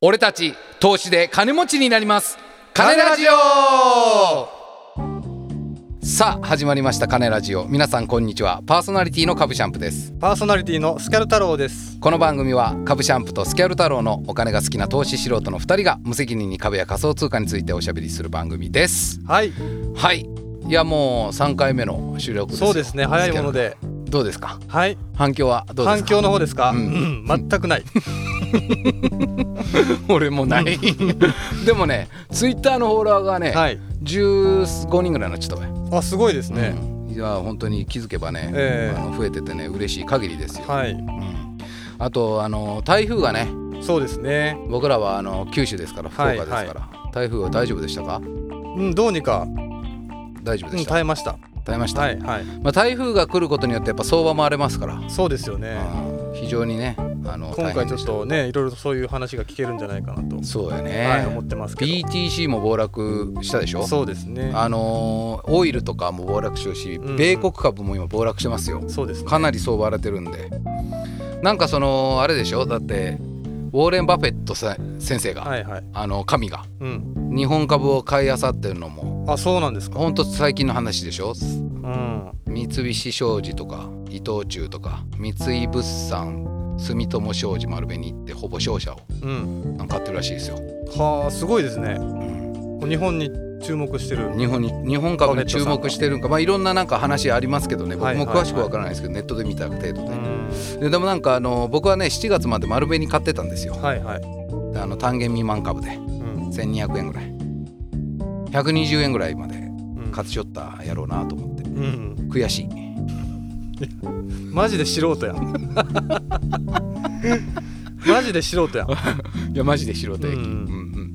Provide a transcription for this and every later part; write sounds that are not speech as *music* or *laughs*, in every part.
俺たち投資で金持ちになります金ラジオさあ始まりました金ラジオ皆さんこんにちはパーソナリティのカブシャンプですパーソナリティのスキャル太郎です。この番組は株シャンプとスキャル太郎のお金が好きな投資素人の2人が無責任に株や仮想通貨についておしゃべりする番組ですはい、はいいやもう3回目の収録ですよそうですね。早いもので、どうですかはい、反響はどうです反か響の方ですか？ううんん、全 *laughs* くない。俺もない *laughs* でもねツイッターのフォロワーがね、はい。 15人ぐらいになっちゃったわよあ、すごいですね。うんいや本当に気づけばね、ええあの増えててね嬉しい限りですよ、はい、うんあとあの台風がねそうですね。僕らはあの九州ですから福岡ですから、台風は大丈夫でしたかうん、どうにか、大丈夫うでん、した、耐えました。耐えました、はい、はい。まあ、台風が来ることによってやっぱ相場も荒れますから、そうですよね。うん非常にねあの今大変回ちょでしったとね、いろいろとそういう話が聞けるんじゃないかなと、そうやね、はい、思ってますけ BTC も暴落したでしょど。そうですね。あのーオイルとかも暴落してるし、うんうん米国株も今暴落してますよそうですね。かなり相場荒れてるんでなんかそのあれでしょだってウォーレン・バフェットさ先生が、はい、はい。あの神がうん。日本株を買いあさってるのもあ、そうなんですか。ほんと最近の話でしょうん。三菱商事とか伊藤忠とか三井物産住友商事丸紅ってほぼ商社をうん。買ってるらしいですよ、はあ、すごいですね。うん日本に注目してる。日本に日本株に注目してるんかまあいろんななんか話ありますけどね僕も詳しくわからないですけど、ネットで見た程度うでん。ででもなんかあの僕はね7月まで丸紅買ってたんですよはい、はい。あの単元未満株でうん。 1200円ぐらい120円ぐらいまでうん勝ち取ったやろうなと思ってうん。悔しいマジで素人やん *laughs* マジで素人やん、いやマジで素人やき、うんうんうんうん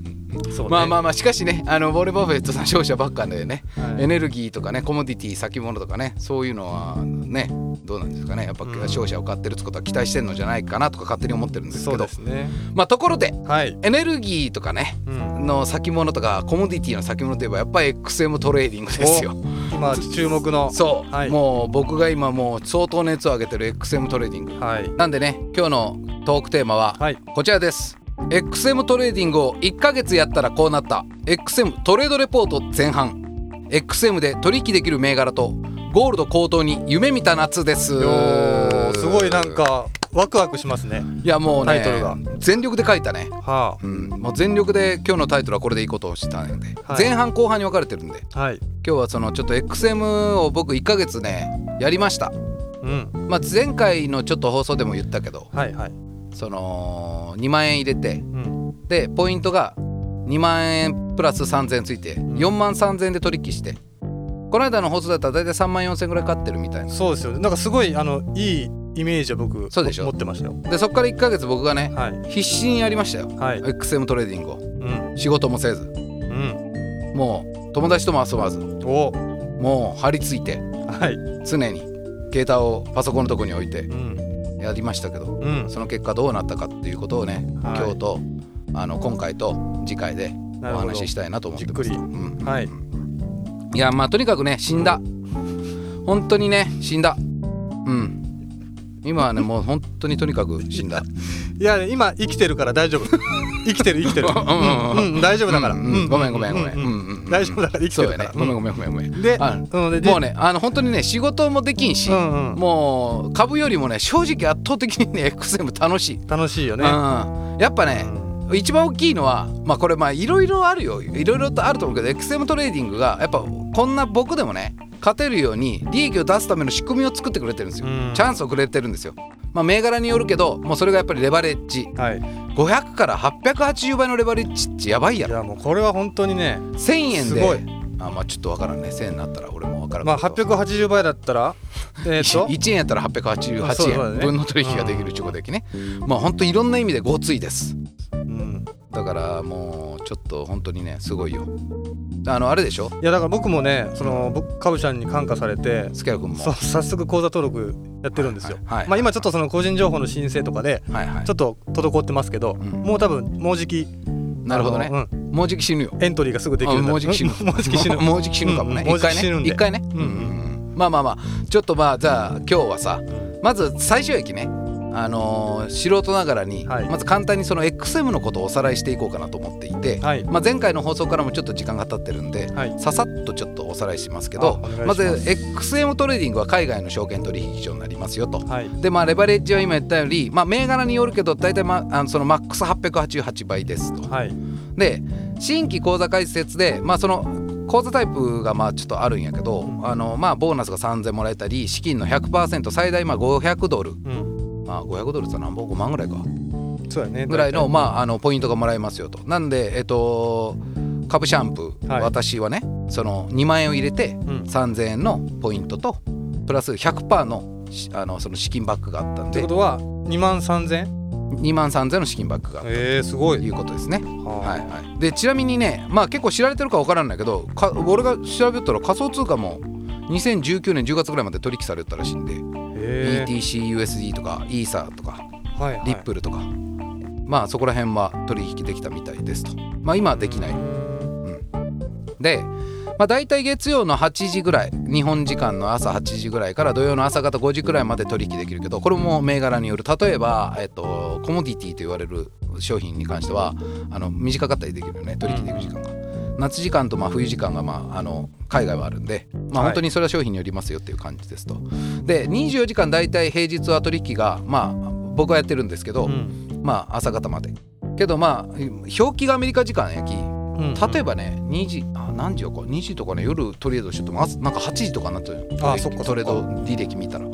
そうねまあまあまあしかしねあのウォーレン・バフェットさん勝者ばっかでね、はいエネルギーとかねコモディティ先物とかねそういうのはねどうなんですかねやっぱうん勝者を買ってるってことは期待してるのじゃないかなとか勝手に思ってるんですそけうどですねまあところではい、エネルギーとかねうん、の先物とかコモディティの先物といえばやっぱり XM トレーディングですよ。今注目のそう、はいもう僕が今もう相当熱を上げてる XM トレーディングはいなんでね今日のトークテーマははいこちらです。XM トレーディングを1ヶ月やったらこうなった XM トレードレポート前半 XM で取引できる銘柄とゴールド高騰に夢見た夏ですよーすごいなんかワクワクしますねいやもうねタイトルが全力で書いたね、はうん、もう全力で今日のタイトルはこれでいいことをしたんで、はい前半後半に分かれてるんであはい今日はそのちょっと XM を僕1ヶ月ねやりました、うんまあ、前回のちょっと放送でも言ったけどはいはいその2万円入れてうんでポイントが2万円プラス3,000円ついて4万3,000円で取引してこの間の放送だったら大体3万4,000円ぐらい買ってるみたいなそうですよねなんかすごいあのいいイメージは僕そうでしょ持ってましたよでそっから1ヶ月僕がねはい必死にやりましたよはい XM トレーディングをうん仕事もせずうんもう友達とも遊ばずおもう張り付いてはい常に携帯をパソコンのとこに置いてうんやりましたけどうんその結果どうなったかっていうことをね、はい今日とあの今回と次回でおなるほど話ししたいなと思ってます。じっくりうんはいいやまあとにかくね死んだ本当にね死んだうん今はねもう本当にとにかく死んだいや今生きてるから大丈 *laughs* 夫生きてる生きてるうんうんうんうんうん大丈夫だからうんううんごめんごめんごめんうううんううんうん大丈夫だから生きてそうるやからねごめんごめんごめんごめんであうんででもうねあの本当にね仕事もできんし、うんうんもう株よりもね正直圧倒的にね XM 楽しい、楽しいようねん、やっぱね、一番大きいのはまあこれまあいろいろあるよいろいろとあると思うけど XM トレーディングがやっぱこんな僕でもね勝てるように利益を出すための仕組みを作ってくれてるんですようんチャンスをくれてるんですよまあ銘柄によるけどもうそれがやっぱりレバレッジうんはい500から880倍のレバレッジってやばいやいろやもうこれは本当にね1000円ですごいあまあちょっとわからんね1000円になったら俺もわからんまあけど880倍だっ *laughs* たらえーっと1円やったらあそうだ888ね円分の取引ができる中古的ねまあ本当いろんな意味でごついですうんだからもうちょっと本当にねすごいよあのあれでしょいやだから僕もねその僕カブちゃんに感化されてスキャル君もそう早速口座登録やってるんですよはいはいはいまあ今ちょっとその個人情報の申請とかではいはいちょっと滞ってますけどんもう多分もうじきなるほどあねのうんもうじき死ぬよエントリーがすぐできるあんだもうじき死ぬ *laughs* んもうじ *laughs* き死ぬもうもうじき死ぬかもねうんもう一じき回死ぬねんで一回ねうんうんまあまあまあちょっとまあじゃあ今日はさまず最初駅ねあのー素人ながらに、はいまず簡単にその XM のことをおさらいしていこうかなと思っていて、はいまあ、前回の放送からもちょっと時間が経ってるんで、はいささっとちょっとおさらいしますけあおど願いしまますず XM トレーディングは海外の証券取引所になりますよと。はいでまあ、レバレッジは今言ったより、まあ、銘柄によるけど大体、ま、あのそのマックス888倍ですと。はいで新規口座開設で、まあ、その口座タイプがまあちょっとあるんやけど、うんあのまあ、ボーナスが3000もらえたり資金の100%最大まあ500ドル、うんまあ、500ドルって何本5万ぐらいかそうだねぐらいの,、まあ、あのポイントがもらえますよと。なんで、えっと、株シャンプー、はい私はねその2万円を入れてうん3000円のポイントとプラス100%のしあのその資金バックがあったんってでことは二万三千2万3000円の資金バックがあったええすごといいうことですね。ははいはい、でちなみにね、まあ、結構知られてるか分からんんだけどか俺が調べたら仮想通貨も2019年10月ぐらいまで取引されてたらしいんで、え ETCUSD とかイーサーとかーはいはいリップルとか、まあそこら辺は取引できたみたいですとまあ今はできない、うんで、まあ、大体月曜の8時ぐらい日本時間の朝8時ぐらいから土曜の朝方5時ぐらいまで取引できるけどこれも銘柄による例えば、えっと、コモディティと言われる商品に関してはあの短かったりできるよね取引できる時間が。夏時間とまあ冬時間がまああの海外はあるんで、まあ、はい本当にそれは商品によりますよっていう感じですと。で24時間大体平日は取引がまあ僕はやってるんですけど、うんまあ朝方まで。けどまあ表記がアメリカ時間やきうん例えばね2時あ何時よか2時とかね夜トレードしてても朝なんか8時とかになってるあそっかそっかトレード履歴見たらうんう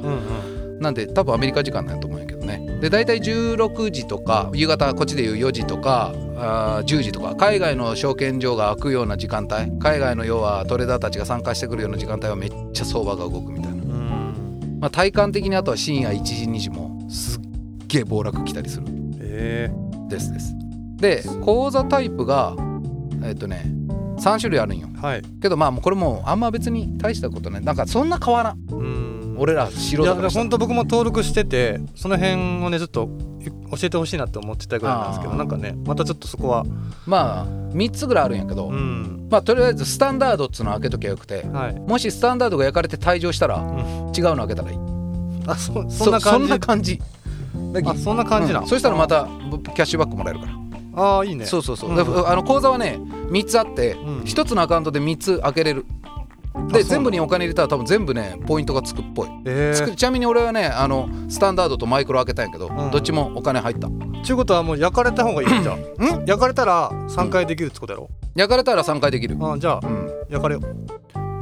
んなんで多分アメリカ時間なんやと思うんやけどねで大体16時とか夕方こっちでいう4時とかあー10時とか海外の証券所が開くような時間帯海外の要はトレーダーたちが参加してくるような時間帯はめっちゃ相場が動くみたいな、うんまあ、体感的にあとは深夜1時2時もすっげえ暴落来たりするえですですで口座タイプがえっとね3種類あるんよーはいけどまあもうこれもうあんま別に大したことないなんかそんな変わらんうん俺ら素人いだやからしたら本当僕も登録しててその辺をねちょっとい教えてほしいなって思ってたぐらいなんですけあどーなんかねまたちょっとそこはまあ3つぐらいあるんやけど、うんまあとりあえずスタンダードっつうの開けときゃよくてはいもしスタンダードが焼かれて退場したら、ん違うの開けたらいいあそそんな感そじんな感じだけどあそんな感じな、うんそしたらまたぶキャッシュバックもらえるから、ああいいねそうそうそう、うんだからあの口座はね3つあって、うん一1つのアカウントで3つ開けれるであそうな全の部にお金入れたら多分全部ねポイントがつくっぽい、えつくちなみに俺はねあのスタンダードとマイクロ開けたんやけど、うんどっちもお金入ったー、ちゅうことはもう焼かれた方がいいじゃんん焼かれたら3回できるってことやろ、焼かれたら3回できるあーじゃうあん焼かれよう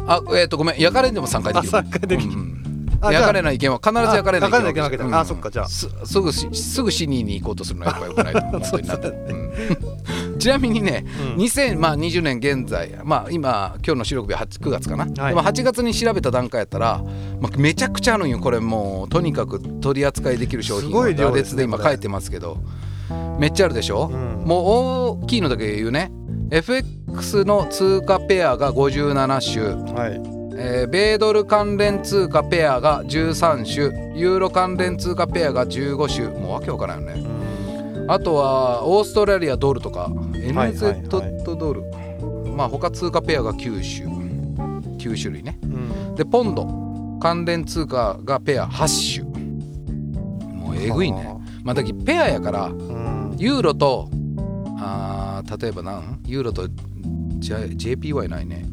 あえっ、とごめん焼かれんでも3回であきる3回できる、うんうんあじゃあ焼かれない意見は必ず焼かれないあ焼かれない意見はうんあそっかじゃあすすぐしすぐ死にに行こうとするのはやっぱよくないと思う *laughs* 本当になんでうんちなみにね、うん2020年現在まあ今今日の収録日は9月かな、はいでも8月に調べた段階やったら、まあ、めちゃくちゃあるんよこれもうとにかく取り扱いできる商品すごい量羅で列すでね今これ書いてますけどめっちゃあるでしょ、うんもう大きいのだけ言うね FX の通貨ペアが57種はいえー米ドル関連通貨ペアが13種ユーロ関連通貨ペアが15種もうわけわからんよねあとはオーストラリアドルとかはい NZ ドル、まあ他通貨ペアが9種9種類ねうんでポンド関連通貨がペア8種もうえぐいねまあだけどペアやからうんユーロとあー例えばなんユーロと J JPY ないね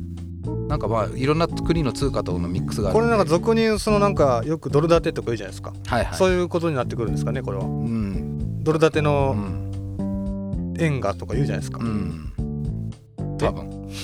なんかまあいろんな国の通貨とのミックスがあるこれなんか俗にそのなんかよくドル建てとか言うじゃないですか、はいはいそういうことになってくるんですかねこれはうんドル建てうのん円がとか言うじゃないですか、うん多分違う違う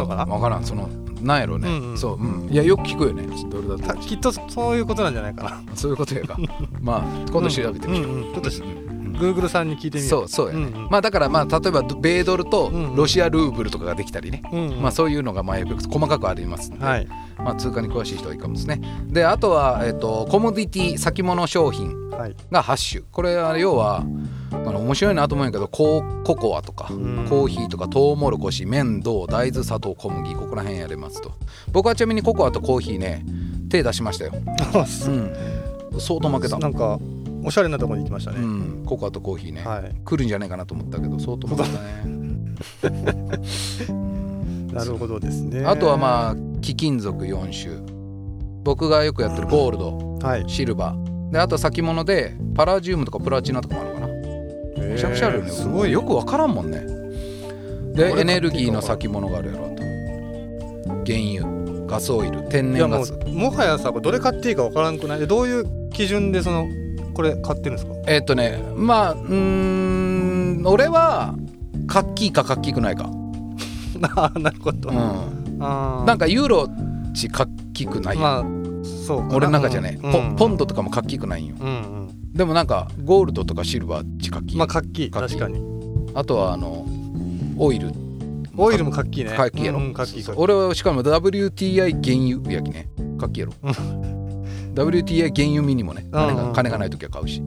のかな分からんそのなんやろうね、うんうんそう、うん、いやよく聞くよねどれだったたきっとそういうことなんじゃないかなそういうことやか *laughs* まあ今度調べてみよう、うんうんうんちょっとしうんグーグルさんに聞いてみよそううそうやね、うんうんまあだからまあ例えば米ドルとうんうんロシアルーブルとかができたりね、うんうんまあそういうのがまあ FX 細かくありますんで、はいまあ、通貨に詳しい人はいいかもですね。であとは、えっとコモディティ先物商品はいが8種これは要はあの面白いなと思うんやけどコココアとかんコーヒーとかトウモロコシ麺銅大豆砂糖小麦ここら辺やれますと僕はちなみにココアとコーヒーね手出しましたよ、 *laughs* あすうん、相当負けた、なんかおしゃれなとこに行きましたうね、ん、ココアとコーヒーね、はい来るんじゃないかなと思ったけど相当負けたねなるほどですねあとはまあ貴金属4種僕がよくやってるゴールドはいシルバーであと先物でパラジウムとかプラチナとかもあるのかなめちゃくちゃあるよね、えーすごいよくわからんもんね俺買でエっていいかネルギーの先物があるやろうと原油ガスオイル天いや然もガスうもはやさこれどれ買っていいかわからんくないでどういう基準でそのこれ買ってるんですかえーっとねまあうーん俺はかっきいかかっきいくないか、あ *laughs* あなるほど、うん、あーなんかユーロ値かっきいくないよ、まあそうか俺の中じゃね、うんポポンドとかもかっきいくないんようんうんでもなんかゴールドとかシルバー値かっきいまあ活気活気確かにあとはあのオイルオイルも活気ねかっきいやろ、うんうん、活気そうそう俺はしかも WTI 原油やきねかっきいやろ WTI 原油ミニもねうんう金がん金がない時は買うし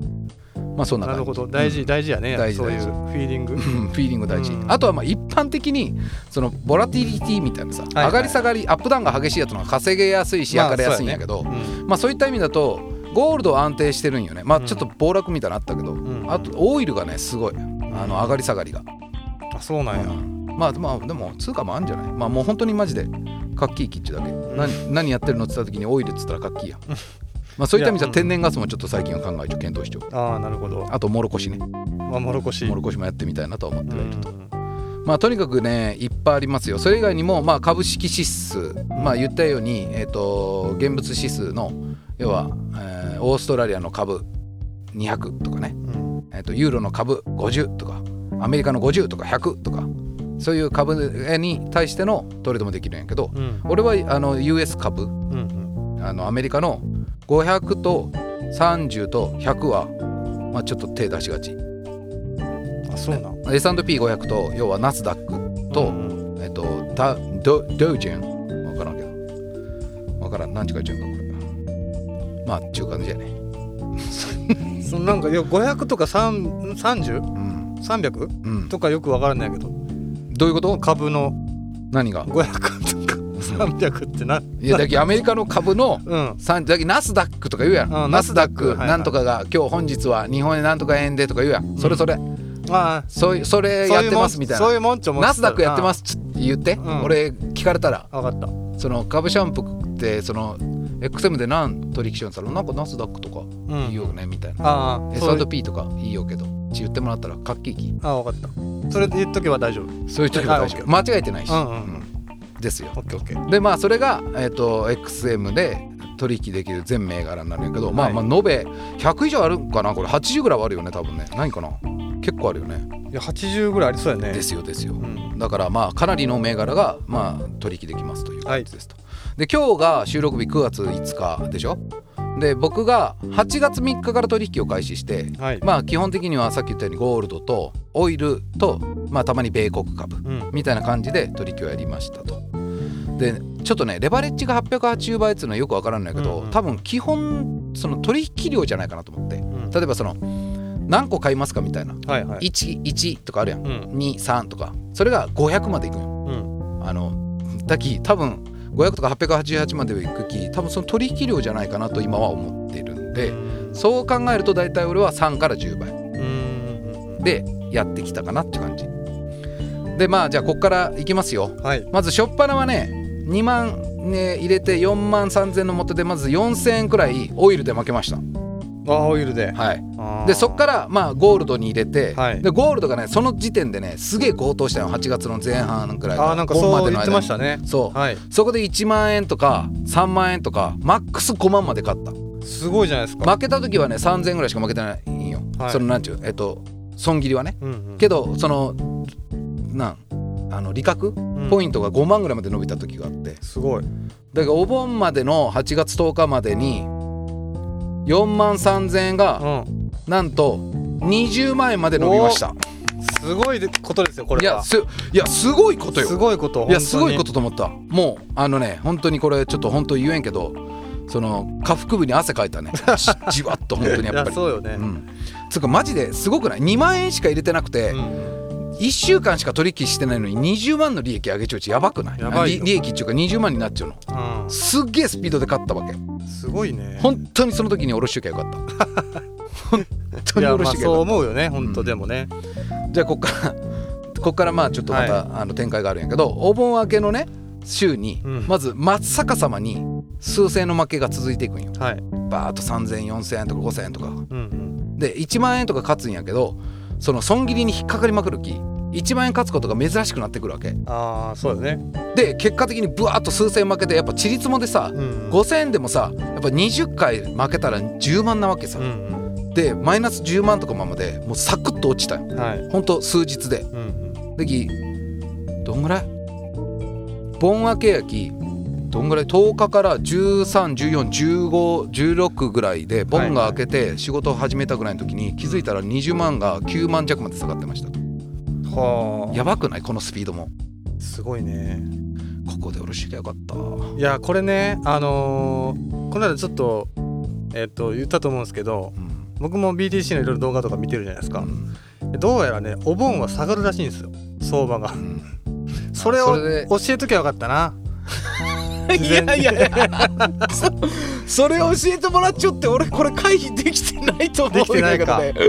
まあそんなな感じるほど大事大事やね、大事そういう大フ事ィーリングうんフィーリング大事、うんあとはまあ一般的にそのボラティリティみたいなさ、いはい上がり下がりアップダウンが激しいやつの方が稼げやすいし上がりやすいんやけど、まあそううんいった意味だとゴールドは安定してるんよねまあうんちょっと暴落みたいなのあったけど、んあとオイルがねすごいあの上がり下がりが、あそうなんや、うんまあまあでも通貨もあるんじゃないまあもう本当にマジでかっきいきっちゅうだけ、ん何何やってるのって言った時にオイルっつったらかっきいやんまあそういった意味じゃいやうん天然ガスもちょっと最近は考えちょ検討しちゃうああなるほどあともろこしねまあもろこしもろこしもやってみたいなとは思ってうる、んまあとにかくねいっぱいありますよそれ以外にもまあ株式指数まあ言ったようにえっ、と現物指数の要は、えーオーストラリアの株200とかねうんえっとユーロの株50とかアメリカの50とか100とかそういう株に対してのトレードもできるんやけどうん俺はあの US 株うんあのアメリカの500と30と100は、まあ、ちょっと手出しがちうんあそうなん、 S&P500 と要はナスダックと、うんえっとダドドージェン分からんけど分からん何ちゅうか順番これまあ中間じゃねそのなんかいや500とか3 30うん、 300うん、とかよくわからないけどどういうこと株の何が500とか300ってないやだけアメリカの株のうんさんだけナスダックとか言うやん、うんナスダックナスダックなんとかが、今日本日は日本円なんとか円でとか言うやん、それそれああそいそれそうやいっうてもんますみたいそうないうもんちょもナスダックやってますすつって言って、うん俺聞かれたら分かったその株シャンプーってその XM で何取引しようって言ったらなんかナスダックとかうんいいよねみたいな、ああそういう S&P とかいいよけどって言ってもらったらかっきいきああ分かったそれで言っとけば大丈夫そういう時は大あ丈オッケー夫間違えてないし、うんうんうんうんですよオッケーオッケーでまあそれが、えっと XM で取引できる全銘柄になるんやけど、まはあいまあ延べ100以上あるんかなこれ80ぐらいはあるよね多分ねないかな結構あるよねいや80ぐらいありそうやねですよですよ、うんだからまあかなりの銘柄がまあ取引できますというはい感じですと、で今日が収録日9月5日でしょで僕が8月3日から取引を開始して、はいまあ基本的にはさっき言ったようにゴールドとオイルとまあたまに米国株うんみたいな感じで取引をやりましたと。でちょっとねレバレッジが880倍っていうのはよくわからんのやけど、うんうん多分基本その取引量じゃないかなと思ってうん例えばその何個買いますかみたいなはいはい11とかあるやんうん23とかそれが500までいくんようんあのだき多分500とか888までいくき多分その取引量じゃないかなと今は思ってるんでうんそう考えると大体俺は3から10倍うんうんでやってきたかなって感じでまあじゃあこっからいきますようんはいまず初っ端はね2万、ね、入れて4万3000の元でまず4000円くらいオイルで負けましたああオイルではいあーでそっからまあゴールドに入れて、はいでゴールドがねその時点でねすげえ高騰したよ8月の前半くらいああなんかゴンまそでうの言間ってましたねそう、はいそこで1万円とか3万円とかマックス5万まで買ったすごいじゃないですか負けた時はね3000円ぐらいしか負けてないんよ、はいそのなんちゅうえっと損切りはねけけどそのなんあの利確ポイントが5万ぐらいまで伸びた時があってすごいだからお盆までの8月10日までに4万3000円がうんなんと20万円まで伸びましたすごいことですよこいれやはすいやすごいことよすごいこといやすごいこととと思ったもうあのね本当にこれちょっと本当言えんけどその下腹部に汗かいたねじじ *laughs* わっと本当にやっぱりそうよねうんつうかマジですごくない2万円しか入れてなくて、うん1週間しか取引してないのに20万の利益上げちゃうちやばくないやばいりよ利益っていうか20万になっちゃうのうんすっげえスピードで勝ったわけすごいね本当にその時におろしときゃよかった本当にいやおろましあときゃそうよかっ思うよね本う当んでもねたじゃあこっから *laughs* こっからまあちょっとまた、あの展開があるんやけどお盆明けのね週に、うんまず真っ逆さまに数千円の負けが続いていくんよはいバーッと30004000円とか5000円とかうんで1万円とか勝つんやけどその損切りに引っかかりまくるき1万円勝つことが珍しくなってくるわけうんああそうだねで結果的にブワーッと数千円負けてやっぱちりつもでさうん5,000円でもさやっぱ20回負けたら10万なわけさう、んでマイナス10万とかままでもうサクッと落ちたようんはいほんと数日でうんできどんぐらい盆明けやきどんぐらい10日から13141516ぐらいで盆が明けて仕事を始めたぐらいの時に気づいたら20万が9万弱まで下がってましたとうんはあやばくないこのスピードもすごいねここで俺しかよかったいやこれねあのーこの間ちょっとえっと言ったと思うんですけどうん僕も BTC のいろいろ動画とか見てるじゃないですうかんどうやらねお盆は下がるらしいんですよ相場がうんそれそをれで教えときゃよかったないやいやいやそそれ教えてもらっちゃって俺これ回避できてないと思うできてないかんだけ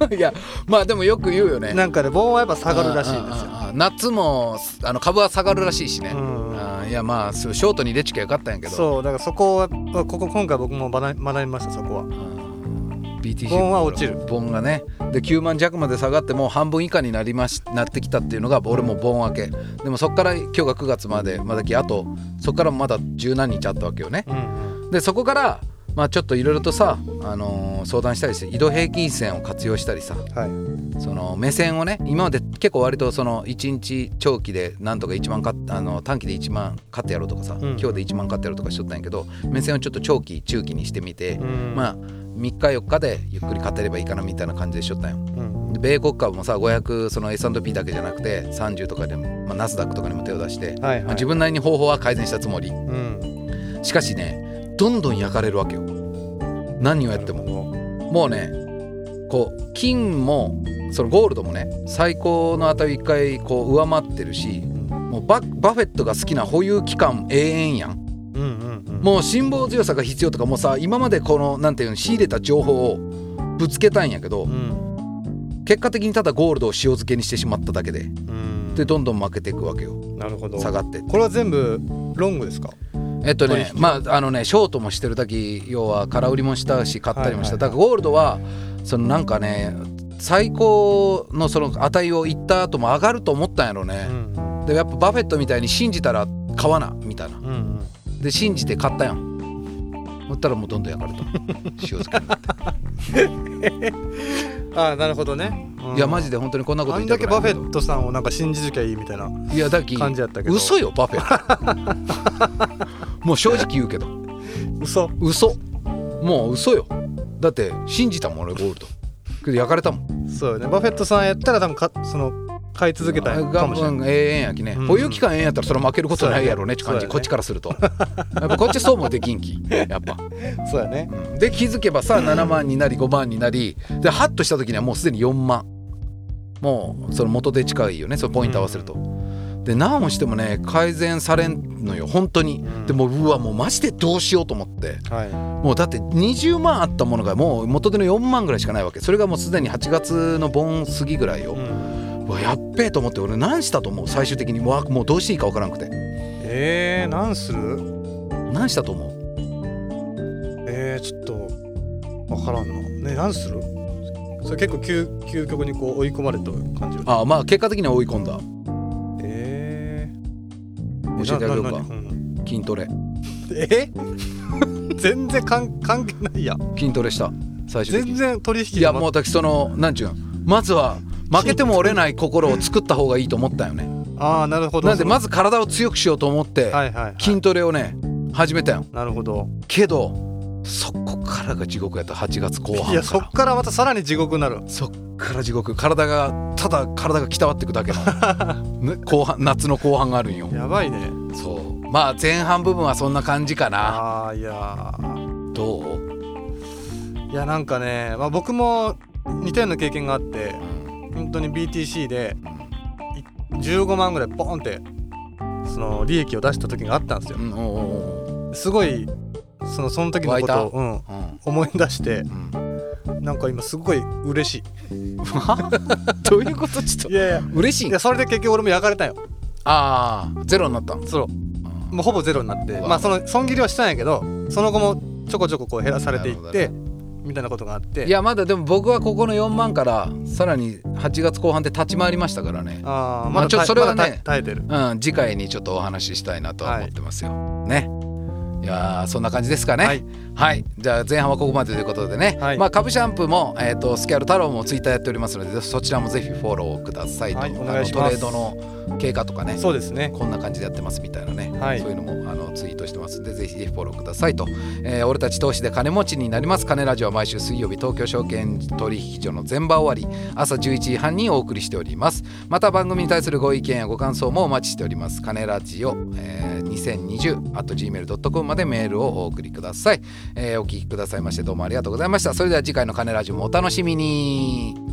どねいやまあでもよく言うよねなんかね盆はやっぱ下がるらしいんですあよあああ夏もあの株は下がるらしいしね、うんあいやまあそうショートに入れちきゃよかったんやけどそうだからそこはここ今回僕も学び学びましたそこはうん BTC ボンは落ちるボンがねで9万弱まで下がってもう半分以下になりましなってきたっていうのが俺もボン明けでもそっから今日が9月までまだきあとそっからもまだ十何日あったわけよねうんでそこからまあちょっといろいろとさ、あのー相談したりして移動平均線を活用したりさはいその目線をね今まで結構割とその1日長期でなんとか1万かあの短期で1万買ってやろうとかさ、ん今日で1万買ってやろうとかしとったんやけど目線をちょっと長期中期にしてみて、うんまあ3日4日でゆっくり買ってればいいかなみたいな感じでしとったんよ。うんで米国株もさ500その S&P だけじゃなくて30とかでも、まあ、ナスダックとかにも手を出して、はいまはあい自分なりに方法は改善したつもりうんしかしねどんどん焼かれるわけよ何をやっても。ももうねこう金もそのゴールドもね最高の値を1回こう上回ってるしもうババフェットが好きな保有期間永遠やんうんうんうんもう辛抱強さが必要とかもうさ今までこのなんていうの仕入れた情報をぶつけたんやけどうん結果的にただゴールドを塩漬けにしてしまっただけでうんでどんどん負けていくわけよなるほど下がってってこれは全部ロングですかえっとね取引まああのねショートもしてる時要は空売りもしたし買ったりもした、だはいはいはいからゴールドはそのなんかね最高のその値を言った後も上がると思ったんやろうね、んでやっぱバフェットみたいに信じたら買わなみたいなうんうんで信じて買ったやんそったらもうどんどん焼かれた塩漬 *laughs* けになってああなるほどねいやマジでで本当にこんなことあ言んいただくけなバいフェットさんをなんか信じるきゃいいみたいないやだき感じやったけど嘘よバフェッ *laughs* トもう正直言うけど嘘嘘もう嘘よだって信じたもん俺ゴールドけど焼かれたもんそうよねバフェットさんやったら多分かその買い続けたあかもしれないがうん永遠やきね、うん保有期間永遠やったらそれ負けることないやろうねって感じ、そうやねこっちからす *laughs* るとやっぱこっちそうもできんきやっぱ、そうやねうんで気づけばさ7万になり5万になりでハッとした時にはもうすでに4万もうその元で近いよねそのポイント合わせると、で何をしてもね改善されんのよ本当に、うんでもううわもうマジでどうしようと思ってはいもうだって20万あったものがもう元手の4万ぐらいしかないわけそれがもうすでに8月の盆過ぎぐらいよ、うんうわやっべえと思って俺何したと思う最終的にわもうどうしていいか分からなくてえー、なんする何したと思うえー、ちょっとわからんなねなんするそれ結構究究極にこう追い込まれた感じるああまあ結果的には追い込んだえー、教えてあげようかなななうん筋トレえ *laughs* 全然かん関係ないやん筋トレした最終的全に然取引いやもう私その何ちゅうんまずは負けても折れない心を作った方がいいと思ったよねああなるほどなんでまず体を強くしようと思ってはいはい、はい、筋トレをね始めたよなるほどけどそこからが地獄やった8月後い半やかそっらからまたさらに地獄になるそっから地獄体がただ体がきたわってくだけ *laughs* の、ね後半夏の後半があるんよやばいねそうまあ前半部分はそんな感じかなああーいやーどう、いやなんかね、まあ、僕も似たような経験があって本当に BTC で15万ぐらいボーンってその利益を出した時があったんですようん、うんおうおうすごいそのその時のことを、うん、おううん思い出してうん、 *laughs* なんか今すごい嬉しどういうことちょっいいやいやと嬉しいいやそれで結局俺も焼かれたよああゼロになったのそううんもうほぼゼロになってうわまあその損切りはしたんやけどその後もちょこちょここう減らされていっなるてほみたいなことがあっていやまだでも僕はここの4万からさらに8月後半で立ち回りましたからねあーまあまだちょ耐えそれはねまだ耐え耐えてるうん、次回にちょっとお話ししたいなとは思ってますよ。ね。いやーそんな感じですかね。ははいい、じゃあ前半はここまでということでね。はいまあ株シャンプーもえっ、とスキャル太郎もツイッターやっておりますので、そちらもぜひフォローくださいと。はいおあ願のいしトまレーすドの経過とかね。そうですねこんな感じでやってますみたいなね、はいそういうのもあのツイートしてますんでぜひぜひフォローくださいと、えー俺たち投資で金持ちになります金ラジオは毎週水曜日東京証券取引所の前場終わり朝11時半にお送りしておりますまた番組に対するご意見やご感想もお待ちしております金ラジオ、えー、2020 at gmail.com までメールをお送りください、えーお聞きくださいましてどうもありがとうございましたそれでは次回の金ラジオもお楽しみに